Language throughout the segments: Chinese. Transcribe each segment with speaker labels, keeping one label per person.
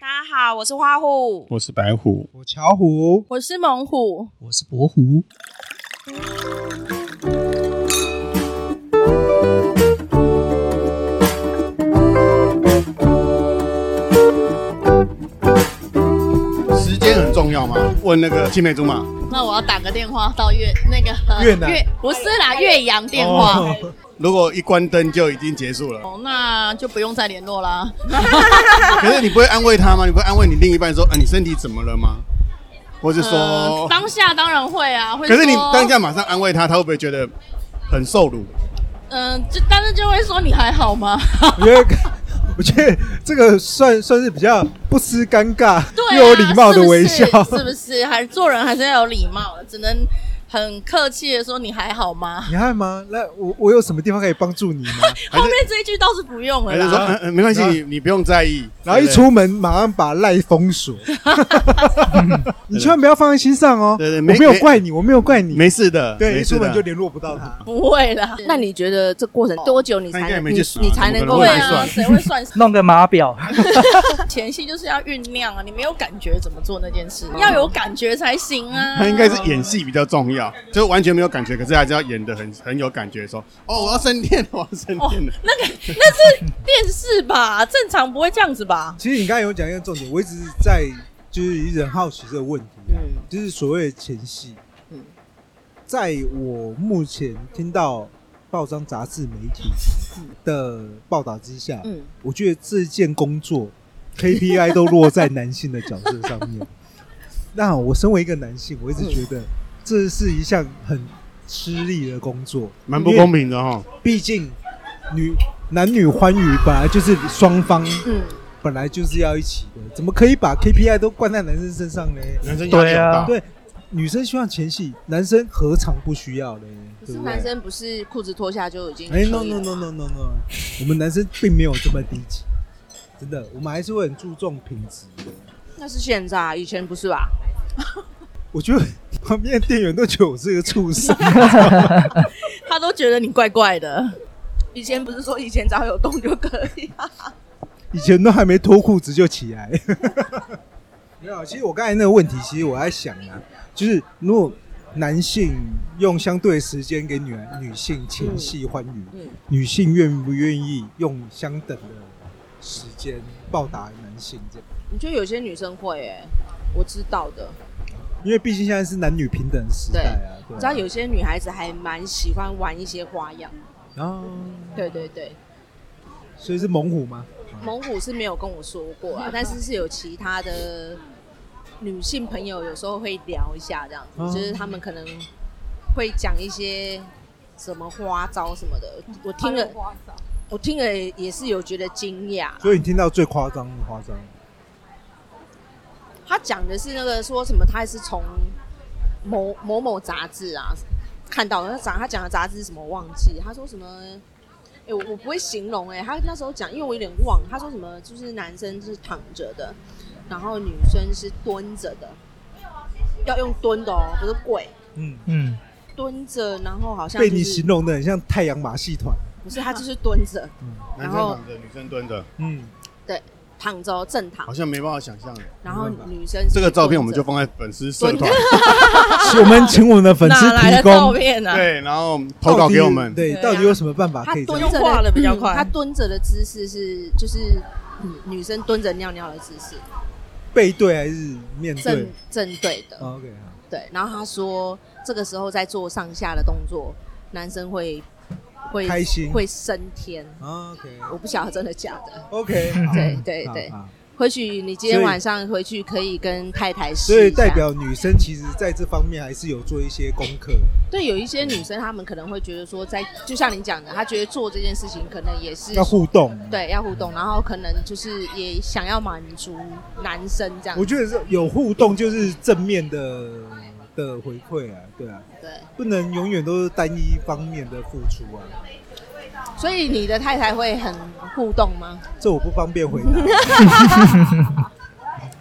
Speaker 1: 大家好，我是花虎，
Speaker 2: 我是白虎，
Speaker 3: 我巧虎，
Speaker 1: 我是猛虎。
Speaker 3: 我是博虎。
Speaker 2: 时间很重要吗？问那个青梅竹马，
Speaker 4: 那我要打个电话到越那个
Speaker 3: 越南
Speaker 4: 不是啦，岳阳电话哦
Speaker 3: 哦
Speaker 2: 如果一关灯就已经结束 了，
Speaker 4: 那就不用再联络啦。
Speaker 2: 可是你不会安慰他吗？你不会安慰你另一半说，啊，你身体怎么了吗？或是
Speaker 1: 呃
Speaker 4: 嗯
Speaker 2: 说，
Speaker 4: 当下当然会啊，会
Speaker 2: 哦可是你
Speaker 4: 说
Speaker 2: 当下马上安慰他，他会不会觉得很受辱？
Speaker 4: 嗯，就但是就会说你还好 吗？
Speaker 3: 我觉得， 我觉得这个算算是比较不失尴尬
Speaker 4: 对、啊，
Speaker 3: 又有礼貌的微笑
Speaker 4: 是。不是？是不是还做人还是要有礼貌的，只能很客气的说你还好吗？
Speaker 3: 你看吗？那我我有什么地方可以帮助你 吗？
Speaker 2: 还
Speaker 4: 后
Speaker 2: 是
Speaker 4: 面这一句倒是不用了
Speaker 2: 还是说，
Speaker 4: 啦。
Speaker 2: 嗯嗯没关系，
Speaker 3: 然后
Speaker 2: 你你不用在意。
Speaker 3: 啊然后一
Speaker 2: 对不对，
Speaker 3: 出门马上把赖 封锁，你千万不要放在心上哦。
Speaker 2: 对对
Speaker 3: 我
Speaker 2: 没
Speaker 3: 没有怪你，我没有怪你。
Speaker 2: 没事的，
Speaker 3: 对，
Speaker 2: 没
Speaker 3: 一
Speaker 2: 事
Speaker 3: 出门
Speaker 2: 的
Speaker 3: 就。联络不到他。
Speaker 4: 不会啦，
Speaker 1: 那你觉得这过程多久你
Speaker 2: 他应
Speaker 1: 才
Speaker 2: 该也
Speaker 1: 能
Speaker 2: 没
Speaker 1: 你
Speaker 2: 去数啊
Speaker 1: 你才能
Speaker 2: 怎
Speaker 1: 够
Speaker 2: 么可
Speaker 4: 对
Speaker 2: 能
Speaker 4: 啊，
Speaker 2: 会算
Speaker 4: 谁会算 数？
Speaker 5: 弄个码表，
Speaker 4: 前戏就是要酝酿啊，你没有感觉怎么做那件事？要有感觉才行啊。
Speaker 2: 哦他应该是演戏比较重要，就完全没有感觉，可是还是要演的很很有感觉，说哦，我要升天了，我要升
Speaker 4: 哦
Speaker 2: 天了。，
Speaker 4: 那个那是电视吧，正常不会这样子吧？
Speaker 3: 其实你刚才有讲一个重点，我一直在就是一直很好奇这个问题、啊，就是所谓的前戏。
Speaker 4: 嗯
Speaker 3: 在我目前听到报章、杂志、媒体的报道之下，
Speaker 4: 嗯，
Speaker 3: 我觉得这件工作 KPI 都落在男性的角色上面。那我身为一个男性，我一直觉得
Speaker 4: 嗯
Speaker 3: 这是一项很吃力的工作，
Speaker 2: 蛮不公平的哦哈，
Speaker 3: 毕竟女男女欢愉本来就是双方，本来就是要一起的，怎么可以把 KPI 都灌在男生身上呢？
Speaker 2: 男生压力
Speaker 5: 对
Speaker 2: 很
Speaker 5: 啊
Speaker 2: 大。
Speaker 3: 对，女生希望前戏，男生何尝不需要呢？
Speaker 1: 可
Speaker 3: 对
Speaker 1: 是
Speaker 3: 不
Speaker 1: 男
Speaker 3: 对？
Speaker 1: 生不是裤子脱下就已经
Speaker 3: 哎
Speaker 1: 可
Speaker 3: ，no
Speaker 1: 以
Speaker 3: no
Speaker 1: 了
Speaker 3: no no no no，我们男生并没有这么低级，真的，我们还是会很注重品质的。
Speaker 1: 那是现在，啊以前不是吧？
Speaker 3: 我觉得旁边的店员都觉得我是一个畜生，
Speaker 4: 他都觉得你怪怪的。
Speaker 1: 以前不是说以前只要有洞就可以、啊？
Speaker 3: 以前都还没脱裤子就起来。 没有，其实我刚才那个问题，其实我在想啊，就是如果男性用相对时间给女女性前戏欢愉，
Speaker 1: 嗯
Speaker 3: 女性愿不愿意用相等的时间报答男性这样？
Speaker 1: 你觉得有些女生会哎、我知道的，
Speaker 3: 因为毕竟现在是男女平等时代啊，对啊
Speaker 1: 你知道有些女孩子还蛮喜欢玩一些花样。
Speaker 3: 啊，
Speaker 1: 对对对，
Speaker 3: 所以是猛虎吗？
Speaker 1: 猛虎是没有跟我说过啊，但是是有其他的女性朋友有时候会聊一下这样子，
Speaker 3: 哦
Speaker 1: 就是他们可能会讲一些什么花招什么的，我听了，我听了也是有觉得惊讶。
Speaker 3: 所以你听到最夸张的夸张，
Speaker 1: 他讲的是那个说什么，他也是从某某某杂志啊看到的，他讲他讲的杂志是什么我忘记，他说什么。哎、我我不会形容哎、他那时候讲，因为我有点忘，他说什么就是男生是躺着的，然后女生是蹲着的，要用蹲的哦，不是跪，
Speaker 3: 嗯，
Speaker 5: 嗯，
Speaker 1: 蹲着，然后好像、就
Speaker 3: 被
Speaker 1: 是、
Speaker 3: 你形容的很像太阳马戏团，
Speaker 1: 不是他就是蹲着
Speaker 2: 嗯男生躺着，女生蹲着，
Speaker 3: 嗯。
Speaker 1: 躺着哦正躺
Speaker 2: 好，像没办法想象。
Speaker 1: 然后
Speaker 3: 没办法
Speaker 1: 女生是
Speaker 2: 这个照片我们就
Speaker 1: 蹲着
Speaker 2: 放在粉丝社 团，
Speaker 3: 我们请我们的粉丝
Speaker 4: 哪来
Speaker 3: 提
Speaker 4: 的照
Speaker 3: 供
Speaker 4: 片啊？
Speaker 2: 对，然后
Speaker 3: 到
Speaker 2: 投稿
Speaker 3: 底
Speaker 2: 给我们。
Speaker 3: 对，
Speaker 4: 对啊
Speaker 3: 到底有什么办法
Speaker 1: 他
Speaker 3: 可以这
Speaker 1: 蹲
Speaker 3: 样？
Speaker 1: 着
Speaker 4: 用画的
Speaker 1: 的
Speaker 4: 比较快
Speaker 1: 嗯他蹲着的姿势是就是嗯女女生蹲着尿尿的姿势，
Speaker 3: 背对还是面
Speaker 1: 正
Speaker 3: 嗯对
Speaker 1: 正对的，
Speaker 3: 哦？OK，好
Speaker 1: 对。然后他说这个时候在做上下的动作，男生会会
Speaker 3: 开心
Speaker 1: 会升天。
Speaker 3: 哦，OK
Speaker 1: 我不晓得真的假的，
Speaker 3: OK，好
Speaker 1: 对对
Speaker 3: 嗯好
Speaker 1: 对
Speaker 3: 好好
Speaker 1: 或许你今天
Speaker 3: 所以
Speaker 1: 晚上回去可以跟太太试一
Speaker 3: 所
Speaker 1: 下。
Speaker 3: 以代表女生其实在这方面还是有做一些功课，
Speaker 1: 对有一些女生，她们可能会觉得说在，就像你讲的，她觉得做这件事情可能也是
Speaker 3: 要互动。，
Speaker 1: 对要互动，然后可能就是也想要满足男生这样
Speaker 3: 我。觉得是有互动就是正面的的回馈啊，对啊，
Speaker 1: 对，
Speaker 3: 不能永远都是单一方面的付出啊，
Speaker 1: 所以你的太太会很互动吗？
Speaker 3: 这我不方便回答，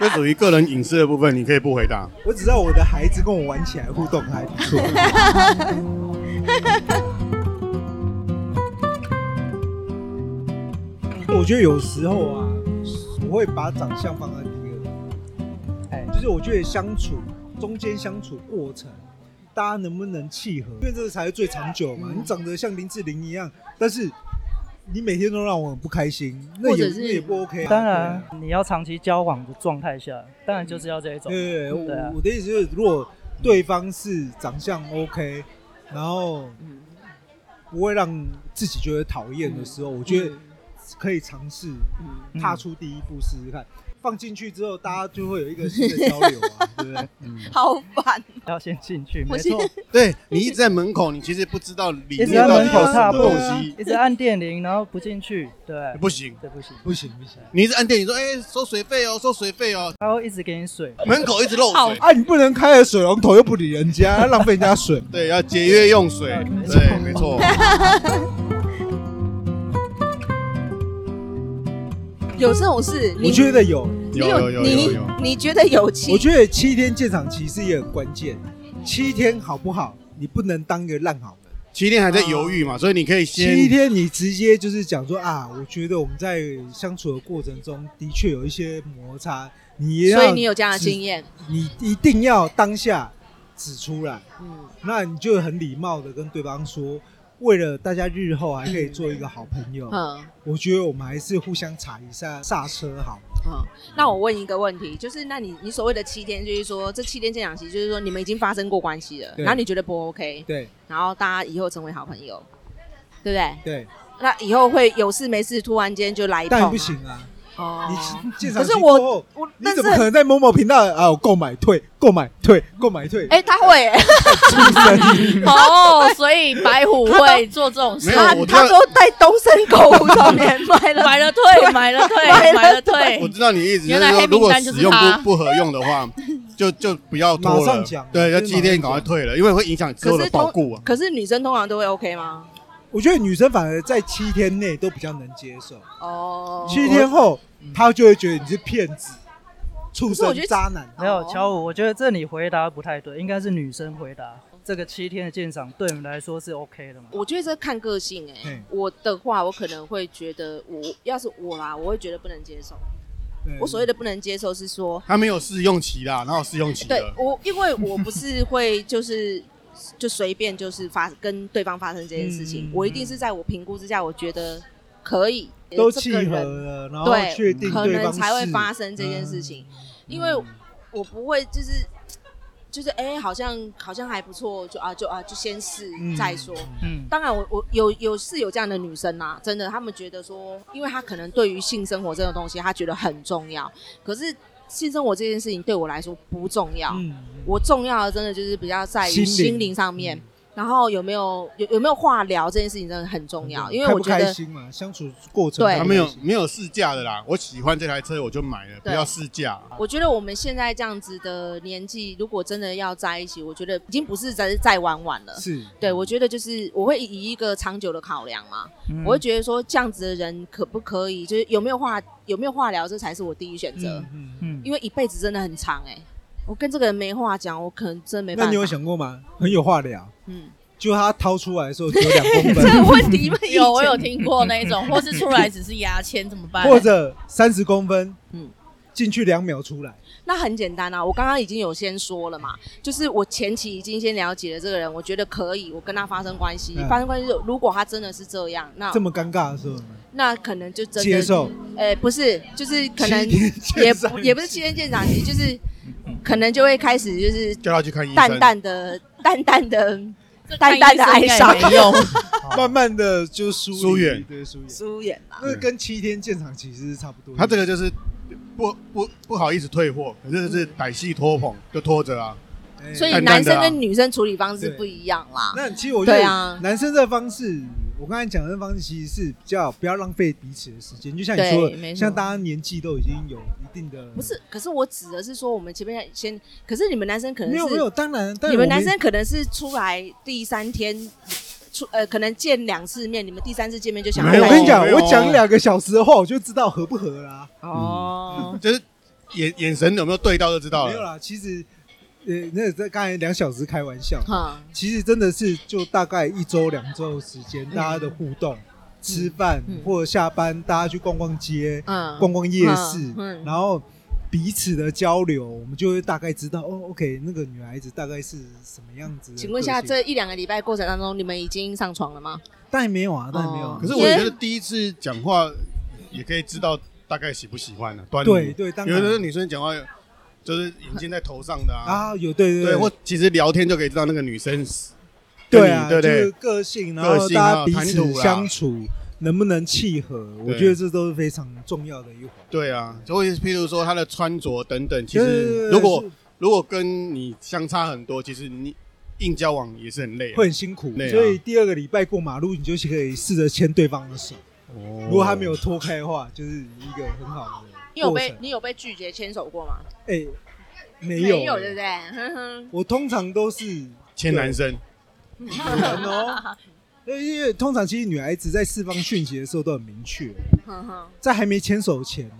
Speaker 2: 这属于个人隐私的部分，你可以不回答。
Speaker 3: 我只知道我的孩子跟我玩起来互动还不错。我觉得有时候啊，我会把长相放在第二，
Speaker 1: 哎
Speaker 3: 就是我觉得相处中间相处过程，大家能不能契合，因为这才是最长久嘛。
Speaker 1: 嗯
Speaker 3: 你长得像林志玲一样，但是你每天都让我很不开心，那
Speaker 1: 或者
Speaker 3: 也
Speaker 1: 是
Speaker 3: 那也不 OK 啊、
Speaker 5: 当然，你要长期交往的状态下，当然就是要这一种。
Speaker 3: 对啊，对对
Speaker 5: 对啊嗯
Speaker 3: 我我的意思就是，如果对方是长相 OK，然后不会让自己觉得讨厌的时候，我觉得可以尝试
Speaker 5: 嗯
Speaker 3: 踏出第一步试试看。放进去之后，大家就会有一个新 的交流啊，对不对？
Speaker 4: 好烦。
Speaker 5: 要先进去，
Speaker 1: 我
Speaker 5: 没
Speaker 1: 现
Speaker 5: 错，
Speaker 2: 对你一直在门口，你其实不知道里
Speaker 5: 一直
Speaker 2: 面
Speaker 5: 在
Speaker 2: 到
Speaker 5: 门
Speaker 2: 底
Speaker 5: 口
Speaker 2: 有什
Speaker 5: 踏
Speaker 2: 么
Speaker 5: 步
Speaker 2: 东西，，
Speaker 5: 一直按电铃，然后不进去，对，
Speaker 2: 不行。
Speaker 5: 对，不行，
Speaker 3: 不行不行
Speaker 2: 你一直按电铃说，哎，收水费哦，收水费哦，
Speaker 5: 他会一直给你水。
Speaker 2: 门口一直漏水。
Speaker 3: 啊！你不能开了水龙头又不理人家，浪费人家水。
Speaker 2: 对，要节约用 水
Speaker 5: 对。没错
Speaker 2: 对，没错。
Speaker 1: 有这种事，你
Speaker 3: 我觉得有，
Speaker 1: 你
Speaker 2: 有有有有
Speaker 1: 你
Speaker 2: 有。
Speaker 1: 你觉得有气？
Speaker 3: 我觉得七天鉴赏期是也很关键。七天好不好？你不能当一个烂好人。
Speaker 2: 七天还在犹豫嘛，所以你可以先
Speaker 3: 七天，你直接就是讲说啊，我觉得我们在相处的过程中的确有一些摩擦，你也要
Speaker 1: 所以你有这样的经验，
Speaker 3: 你一定要当下指出来，
Speaker 1: 嗯，
Speaker 3: 那你就很礼貌的跟对方说，为了大家日后还可以做一个好朋友，
Speaker 1: 嗯
Speaker 3: 我觉得我们还是互相踩一下刹车好了。
Speaker 1: 嗯。那我问一个问题，就是那你你所谓的七天，就是说这七天鉴赏期，就是说你们已经发生过关系了，
Speaker 3: 对
Speaker 1: 然后你觉得不 OK，
Speaker 3: 对
Speaker 1: 然后大家以后成为好朋友，对不对？
Speaker 3: 对，
Speaker 1: 那以后会有事没事突然间就来一
Speaker 3: 当
Speaker 1: 炮
Speaker 3: 然
Speaker 1: 吗
Speaker 3: 不行啊！
Speaker 1: 哦。
Speaker 3: 你鉴赏
Speaker 1: 可
Speaker 3: 期
Speaker 1: 是
Speaker 3: 过
Speaker 1: 我
Speaker 3: 后，
Speaker 1: 我
Speaker 3: 你
Speaker 1: 但是
Speaker 3: 怎么可能在某某频道啊？我购买退，购买退，购买退，
Speaker 1: 哎，啊他会欸
Speaker 4: 哦， 所以白虎会做这种事
Speaker 2: 没，有
Speaker 1: 他
Speaker 2: 我知道
Speaker 1: 他都在东森购物上面哎 买了
Speaker 4: 买了退，买了退，买了
Speaker 2: 我
Speaker 4: 退。
Speaker 2: 知道你的意思，就
Speaker 4: 哎原
Speaker 2: 是
Speaker 4: 来
Speaker 2: 说
Speaker 4: 黑
Speaker 2: 如
Speaker 4: 名
Speaker 2: 果
Speaker 4: 单就
Speaker 2: 使
Speaker 4: 是
Speaker 2: 用
Speaker 4: 他？
Speaker 2: 不不合用的话，就就不要拖了。
Speaker 3: 马上讲啊
Speaker 2: 对，要
Speaker 3: 就是
Speaker 2: 今天赶快
Speaker 3: 马上讲
Speaker 2: 退了，因为会影响之后的保固啊。
Speaker 1: 可是女生通常都会 OK 吗？
Speaker 3: 我觉得女生反而在七天内都比较能接受。
Speaker 1: 哦，
Speaker 3: 七天后，她就会觉得你是骗子、畜
Speaker 1: 可是我
Speaker 3: 生
Speaker 1: 觉得、
Speaker 3: 渣男。
Speaker 5: 没有，
Speaker 1: 哦
Speaker 5: 乔五，我觉得这你回答不太对，应该是女生回答。这个七天的鉴赏对你们来说是 OK 的嘛？
Speaker 1: 我觉得这看个性哎、
Speaker 3: 嗯
Speaker 1: 我的话，我可能会觉得我要是我啦，我会觉得不能接受。
Speaker 3: 嗯对
Speaker 1: 我所谓的不能接受是说，
Speaker 2: 它没有试用期啦，哪有试用期
Speaker 3: 啊
Speaker 1: 对
Speaker 2: 的？
Speaker 1: 我，因为我不是会就是 就随便就是发跟对方发生这件事情，
Speaker 3: 嗯
Speaker 1: 我一定是在我评估之下，我觉得可以
Speaker 3: 都
Speaker 1: 这
Speaker 3: 契
Speaker 1: 个
Speaker 3: 合
Speaker 1: 人
Speaker 3: 了，然后
Speaker 1: 对
Speaker 3: 确定
Speaker 1: 可
Speaker 3: 对
Speaker 1: 能
Speaker 3: 方
Speaker 1: 才会
Speaker 3: 是嗯
Speaker 1: 发生这件事情，因为我不会就是就是哎、好像好像还不错，就啊就啊就先试、
Speaker 3: 嗯
Speaker 1: 再说。
Speaker 5: 嗯，
Speaker 1: 当然我，我有有是有这样的女生啦、真的，她们觉得说，因为她可能对于性生活这种东西，她觉得很重要。可是性生活这件事情对我来说不重要，
Speaker 3: 嗯，
Speaker 1: 我重要的真的就是比较在
Speaker 3: 心
Speaker 1: 于
Speaker 3: 灵
Speaker 1: 心灵上面，然后有没有有有没有话聊这件事情真的很重要，因为
Speaker 3: 开
Speaker 1: 我
Speaker 3: 不嗯
Speaker 1: 觉
Speaker 3: 开
Speaker 1: 得
Speaker 3: 心嘛，相处过程
Speaker 1: 对
Speaker 2: 它
Speaker 3: 开不
Speaker 2: 没有
Speaker 3: 开心
Speaker 2: 没有试驾的啦。我喜欢这台车，我就买了，不
Speaker 1: 对
Speaker 2: 要试驾。
Speaker 1: 我觉得我们现在这样子的年纪，如果真的要在一起，我觉得已经不是在在玩玩了。
Speaker 3: 是
Speaker 1: 对，我觉得就是我会以一个长久的考量嘛，
Speaker 5: 嗯
Speaker 1: 我会觉得说这样子的人可不可以，就是有没有话有没有话聊，这才是我第一选择。
Speaker 3: 嗯嗯
Speaker 5: 嗯，
Speaker 1: 因为一辈子真的很长哎、我跟这个人没话讲，我可能真没
Speaker 3: 那
Speaker 1: 办法。
Speaker 3: 你有想过吗？很有话聊，
Speaker 1: 嗯，
Speaker 3: 就他掏出来的时候只有两 公
Speaker 1: 这个
Speaker 3: 分，
Speaker 1: 问题吗
Speaker 4: 有，我有听过那一种，或是出来只是牙签怎么办？
Speaker 3: 或者三十公分，嗯
Speaker 1: 嗯，
Speaker 3: 进去两秒出来，
Speaker 1: 那很简单啊，我刚刚已经有先说了嘛，就是我前期已经先了解了这个人，我觉得可以，我跟他发生关系，
Speaker 3: 嗯
Speaker 1: 发生关系之后，如果他真的是这样，那
Speaker 3: 这么尴尬的时候呢
Speaker 1: 那可能就真的
Speaker 3: 接受，
Speaker 1: 呃，不是，就是可能
Speaker 3: 七天
Speaker 1: 也
Speaker 3: 鉴赏
Speaker 1: 不也不是七天鉴赏期，就是
Speaker 3: 嗯
Speaker 1: 可能就会开始就是
Speaker 2: 叫他去看医生。
Speaker 1: 淡淡的、淡淡的、
Speaker 4: 这看
Speaker 1: 淡
Speaker 4: 医
Speaker 1: 淡的
Speaker 4: 生
Speaker 1: 哀
Speaker 4: 应该也
Speaker 1: 伤，
Speaker 4: 没 用。
Speaker 3: 慢慢的就疏
Speaker 2: 疏
Speaker 3: 离
Speaker 2: 远
Speaker 3: 对疏远，
Speaker 1: 疏远啊吧。
Speaker 3: 那跟七天鉴赏其实是差不多的。
Speaker 2: 他这个就是不不不好意思退货，可是就是歹戏拖捧，就拖着啊。
Speaker 3: 哎
Speaker 1: 所以
Speaker 2: 淡淡
Speaker 1: 男
Speaker 2: 的啊
Speaker 1: 生跟女生处理方式不一样啦。
Speaker 3: 那其实我觉得
Speaker 1: 对啊
Speaker 3: 男生这方式，我刚才讲的方式其实是比较不要浪费彼此的时间，就像你
Speaker 1: 对
Speaker 3: 说的，
Speaker 1: 没错
Speaker 3: 像大家年纪都已经有一定的，
Speaker 1: 不是，可是我指的是说，我们前面先，可是你们男生可能
Speaker 3: 没有
Speaker 1: 是
Speaker 3: 没有，当然，但
Speaker 1: 你
Speaker 3: 我
Speaker 1: 们男生可能是出来第三天出呃，可能见两次面，你们第三次见面就想
Speaker 2: 没
Speaker 3: 没有，
Speaker 2: 有
Speaker 3: 我跟你讲，
Speaker 2: 没有啊
Speaker 3: 我讲两个小时的话，我就知道合不合啦。
Speaker 1: 哦，
Speaker 3: 嗯
Speaker 2: 就是眼眼神有没有对到就知道
Speaker 3: 没有
Speaker 2: 了。
Speaker 3: 啦，其实呃，那个在刚才两小时开玩笑，
Speaker 1: 哈，
Speaker 3: 其实真的是就大概一周两周时间，大家的互动、吃饭、
Speaker 1: 嗯
Speaker 3: 或者下班大家去逛逛街、
Speaker 1: 嗯，
Speaker 3: 逛逛夜市
Speaker 1: 嗯，嗯
Speaker 3: 然后彼此的交流，我们就会大概知道哦，OK，那个女孩子大概是什么样子的个性。
Speaker 1: 请问一下，这一两个礼拜过程当中，你们已经上床了吗？
Speaker 3: 当然没有啊，当然没有啊。
Speaker 1: 哦
Speaker 2: 可是我觉得第一次讲话也可以知道大概喜不喜欢呢、端倪。
Speaker 3: 对对，当然
Speaker 2: 有的女生讲话就是眼睛在头上的啊，
Speaker 3: 啊，有对对
Speaker 2: 对，或其实聊天就可以知道那个女生是跟
Speaker 3: 对
Speaker 2: 你
Speaker 3: 啊，
Speaker 2: 对不
Speaker 3: 就是
Speaker 2: 对？
Speaker 3: 个性，然
Speaker 2: 个
Speaker 3: 后
Speaker 2: 性
Speaker 3: 大
Speaker 2: 还
Speaker 3: 家
Speaker 2: 有
Speaker 3: 彼
Speaker 2: 谈
Speaker 3: 此
Speaker 2: 吐啦
Speaker 3: 相处能不能契合，我
Speaker 2: 对
Speaker 3: 觉得这都是非常重要的一环。
Speaker 2: 对啊，就会譬如说她的穿着等等，其
Speaker 3: 对对对
Speaker 2: 实
Speaker 3: 对
Speaker 2: 如果
Speaker 3: 是
Speaker 2: 如果跟你相差很多，其实你硬交往也是很累啊、
Speaker 3: 会很辛苦，
Speaker 2: 累啊
Speaker 3: 所以第二个礼拜过马路，你就是可以试着牵对方的手。
Speaker 2: 哦
Speaker 3: 如果他没有脱开的话，就是一个很好的过程。
Speaker 1: 你有被你有被拒绝牵手过吗？
Speaker 3: 哎、没有，
Speaker 1: 对不对？ 哼哼
Speaker 3: 我通常都是
Speaker 2: 牵男生，
Speaker 3: 人哦。对 因为通常其实女孩子在释放讯息的时候都很明确，
Speaker 1: 哼哼，
Speaker 3: 在还没牵手前呢、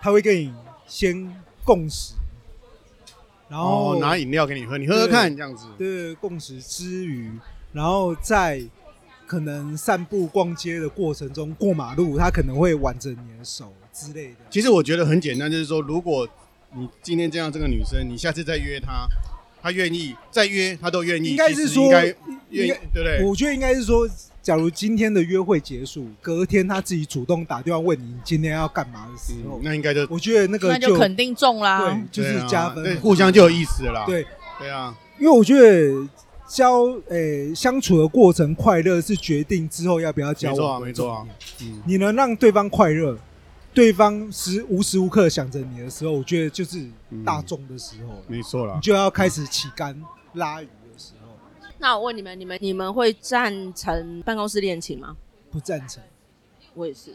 Speaker 3: 她会跟你先共识，然后、
Speaker 2: 哦，拿饮料给你喝，你喝喝看这样子。
Speaker 3: 对共识之余，然后在可能散步、逛街的过程中过马路，他可能会挽着你的手之类的。
Speaker 2: 其实我觉得很简单，就是说，如果你今天见到这个女生，你下次再约她，她愿意再约，她都愿意，
Speaker 3: 应该是
Speaker 2: 其实
Speaker 3: 说
Speaker 2: 应该愿
Speaker 3: 应
Speaker 2: 意
Speaker 3: 该，
Speaker 2: 对不对？
Speaker 3: 我觉得应该是说，假如今天的约会结束，隔天他自己主动打电话问你你今天要干嘛的时候
Speaker 2: 嗯，那应该就
Speaker 3: 我觉得那个
Speaker 4: 那就肯定中啦
Speaker 3: 对，。就是加分
Speaker 2: 对啊对
Speaker 3: 很多，
Speaker 2: 互相就有意思了啦。
Speaker 3: 对，
Speaker 2: 对啊，
Speaker 3: 因为我觉得交诶、相处的过程快乐是决定之后要不要交往的
Speaker 2: 没错啊
Speaker 3: 重点
Speaker 2: 嗯，
Speaker 3: 你能让对方快乐，对方时无时无刻想着你的时候，我觉得就是
Speaker 2: 嗯
Speaker 3: 大众的时候了，
Speaker 2: 没错啦
Speaker 3: 你。就要开始起竿拉鱼的时候，
Speaker 1: 那我问你们，你们你们会赞成办公室恋情吗？
Speaker 3: 不赞成，
Speaker 1: 我也是，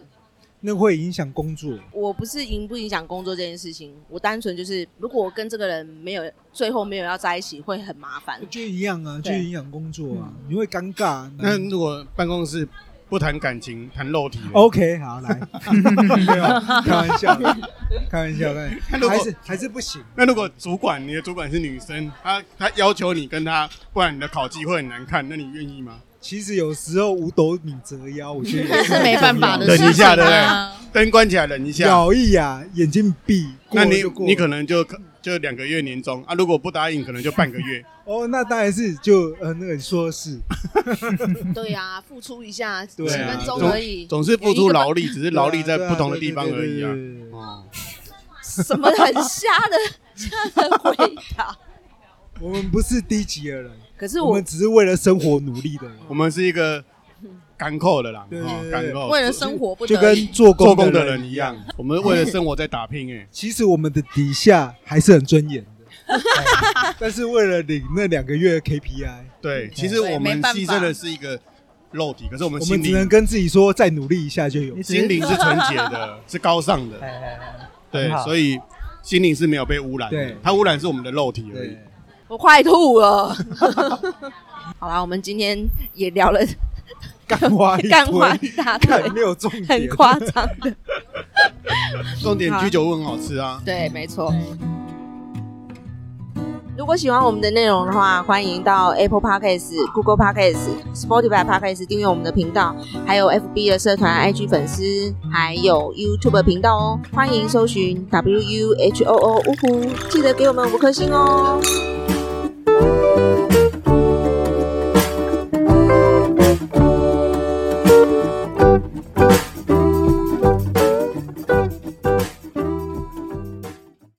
Speaker 3: 那会影响工作。
Speaker 1: 我不是影不影响工作这件事情，我单纯就是，如果我跟这个人没有最后没有要在一起，会很麻烦
Speaker 3: 我。觉得一样啊，就
Speaker 1: 对
Speaker 3: 影响工作啊，你会尴尬。
Speaker 2: 那
Speaker 3: 难
Speaker 2: 如果办公室不谈感情，谈肉体呢
Speaker 3: OK，好来， 没有开玩笑， 开玩笑，开玩
Speaker 2: 那如果
Speaker 3: 笑，还是还是不行。
Speaker 2: 那如果主管，你的主管是女生，她她要求你跟她，不然你的考绩会很难看，那你愿意吗？
Speaker 3: 其实有时候五斗米折腰，我觉得
Speaker 4: 这
Speaker 3: 也
Speaker 4: 是没办法的
Speaker 2: 忍
Speaker 4: 事
Speaker 2: 一
Speaker 4: 情
Speaker 2: 下对不
Speaker 4: 啊。
Speaker 2: 对灯关起来忍一下，
Speaker 3: 咬一牙，啊眼睛闭，
Speaker 2: 那你
Speaker 3: 过就过
Speaker 2: 你可能就就两个月年终啊，如果不答应，可能就半个月。
Speaker 3: 哦，那当然是就呃，那个你说的是，
Speaker 1: 对呀、付出一下几
Speaker 3: 对啊
Speaker 1: 分钟
Speaker 2: 总
Speaker 1: 而已，
Speaker 2: 总是付出劳力，只是劳力在
Speaker 3: 对啊
Speaker 2: 不同的地方而已啊
Speaker 3: 对。对对对对
Speaker 2: 哦，
Speaker 1: 什么很 瞎的瞎的回答。
Speaker 3: 我们不是低级的人，
Speaker 1: 可是
Speaker 3: 我
Speaker 1: 我
Speaker 3: 们只是为了生活努力的人，
Speaker 2: 我们是一个干扣的啦，
Speaker 3: 啊对对
Speaker 2: 哦
Speaker 3: 对
Speaker 2: 干扣
Speaker 1: 为了生活不
Speaker 3: 就
Speaker 1: 得
Speaker 3: 跟
Speaker 1: 已，
Speaker 3: 做
Speaker 2: 做
Speaker 3: 工
Speaker 2: 工的
Speaker 3: 的
Speaker 2: 人
Speaker 3: 人
Speaker 2: 一。样，我们为了生活在打拼哎。
Speaker 3: 其实我们的底下还是很尊严的， 哎但是为了领那两个月的 KPI，
Speaker 2: 对，其实我们牺牲的是一个肉体，可是我们
Speaker 3: 嗯我
Speaker 2: 心
Speaker 3: 们只能
Speaker 2: 灵
Speaker 3: 跟自己说再努力一下就有
Speaker 5: 你。只
Speaker 2: 心灵是纯洁 的，是高尚的。
Speaker 5: 哎哎哎
Speaker 2: 对
Speaker 5: 很，好
Speaker 2: 所以心灵是没有被污染的
Speaker 3: 对，
Speaker 2: 它污染是我们的肉体而已
Speaker 3: 对。，
Speaker 1: 我快吐了。 好啦，我们今天也聊了
Speaker 3: 干花一堆
Speaker 1: 干话一大堆
Speaker 3: 干，没有重点，
Speaker 1: 很夸张的。
Speaker 2: 重点居酒屋很好吃啊，
Speaker 1: 对，没错。如果喜欢我们的内容的话，欢迎到 Apple Podcast、Google Podcast、Spotify Podcast 订阅我们的频道，还有 FB 的社团、IG 粉丝，还有 YouTube 的频道哦。欢迎搜寻 W U H O O 呜呼，记得给我们五颗星哦。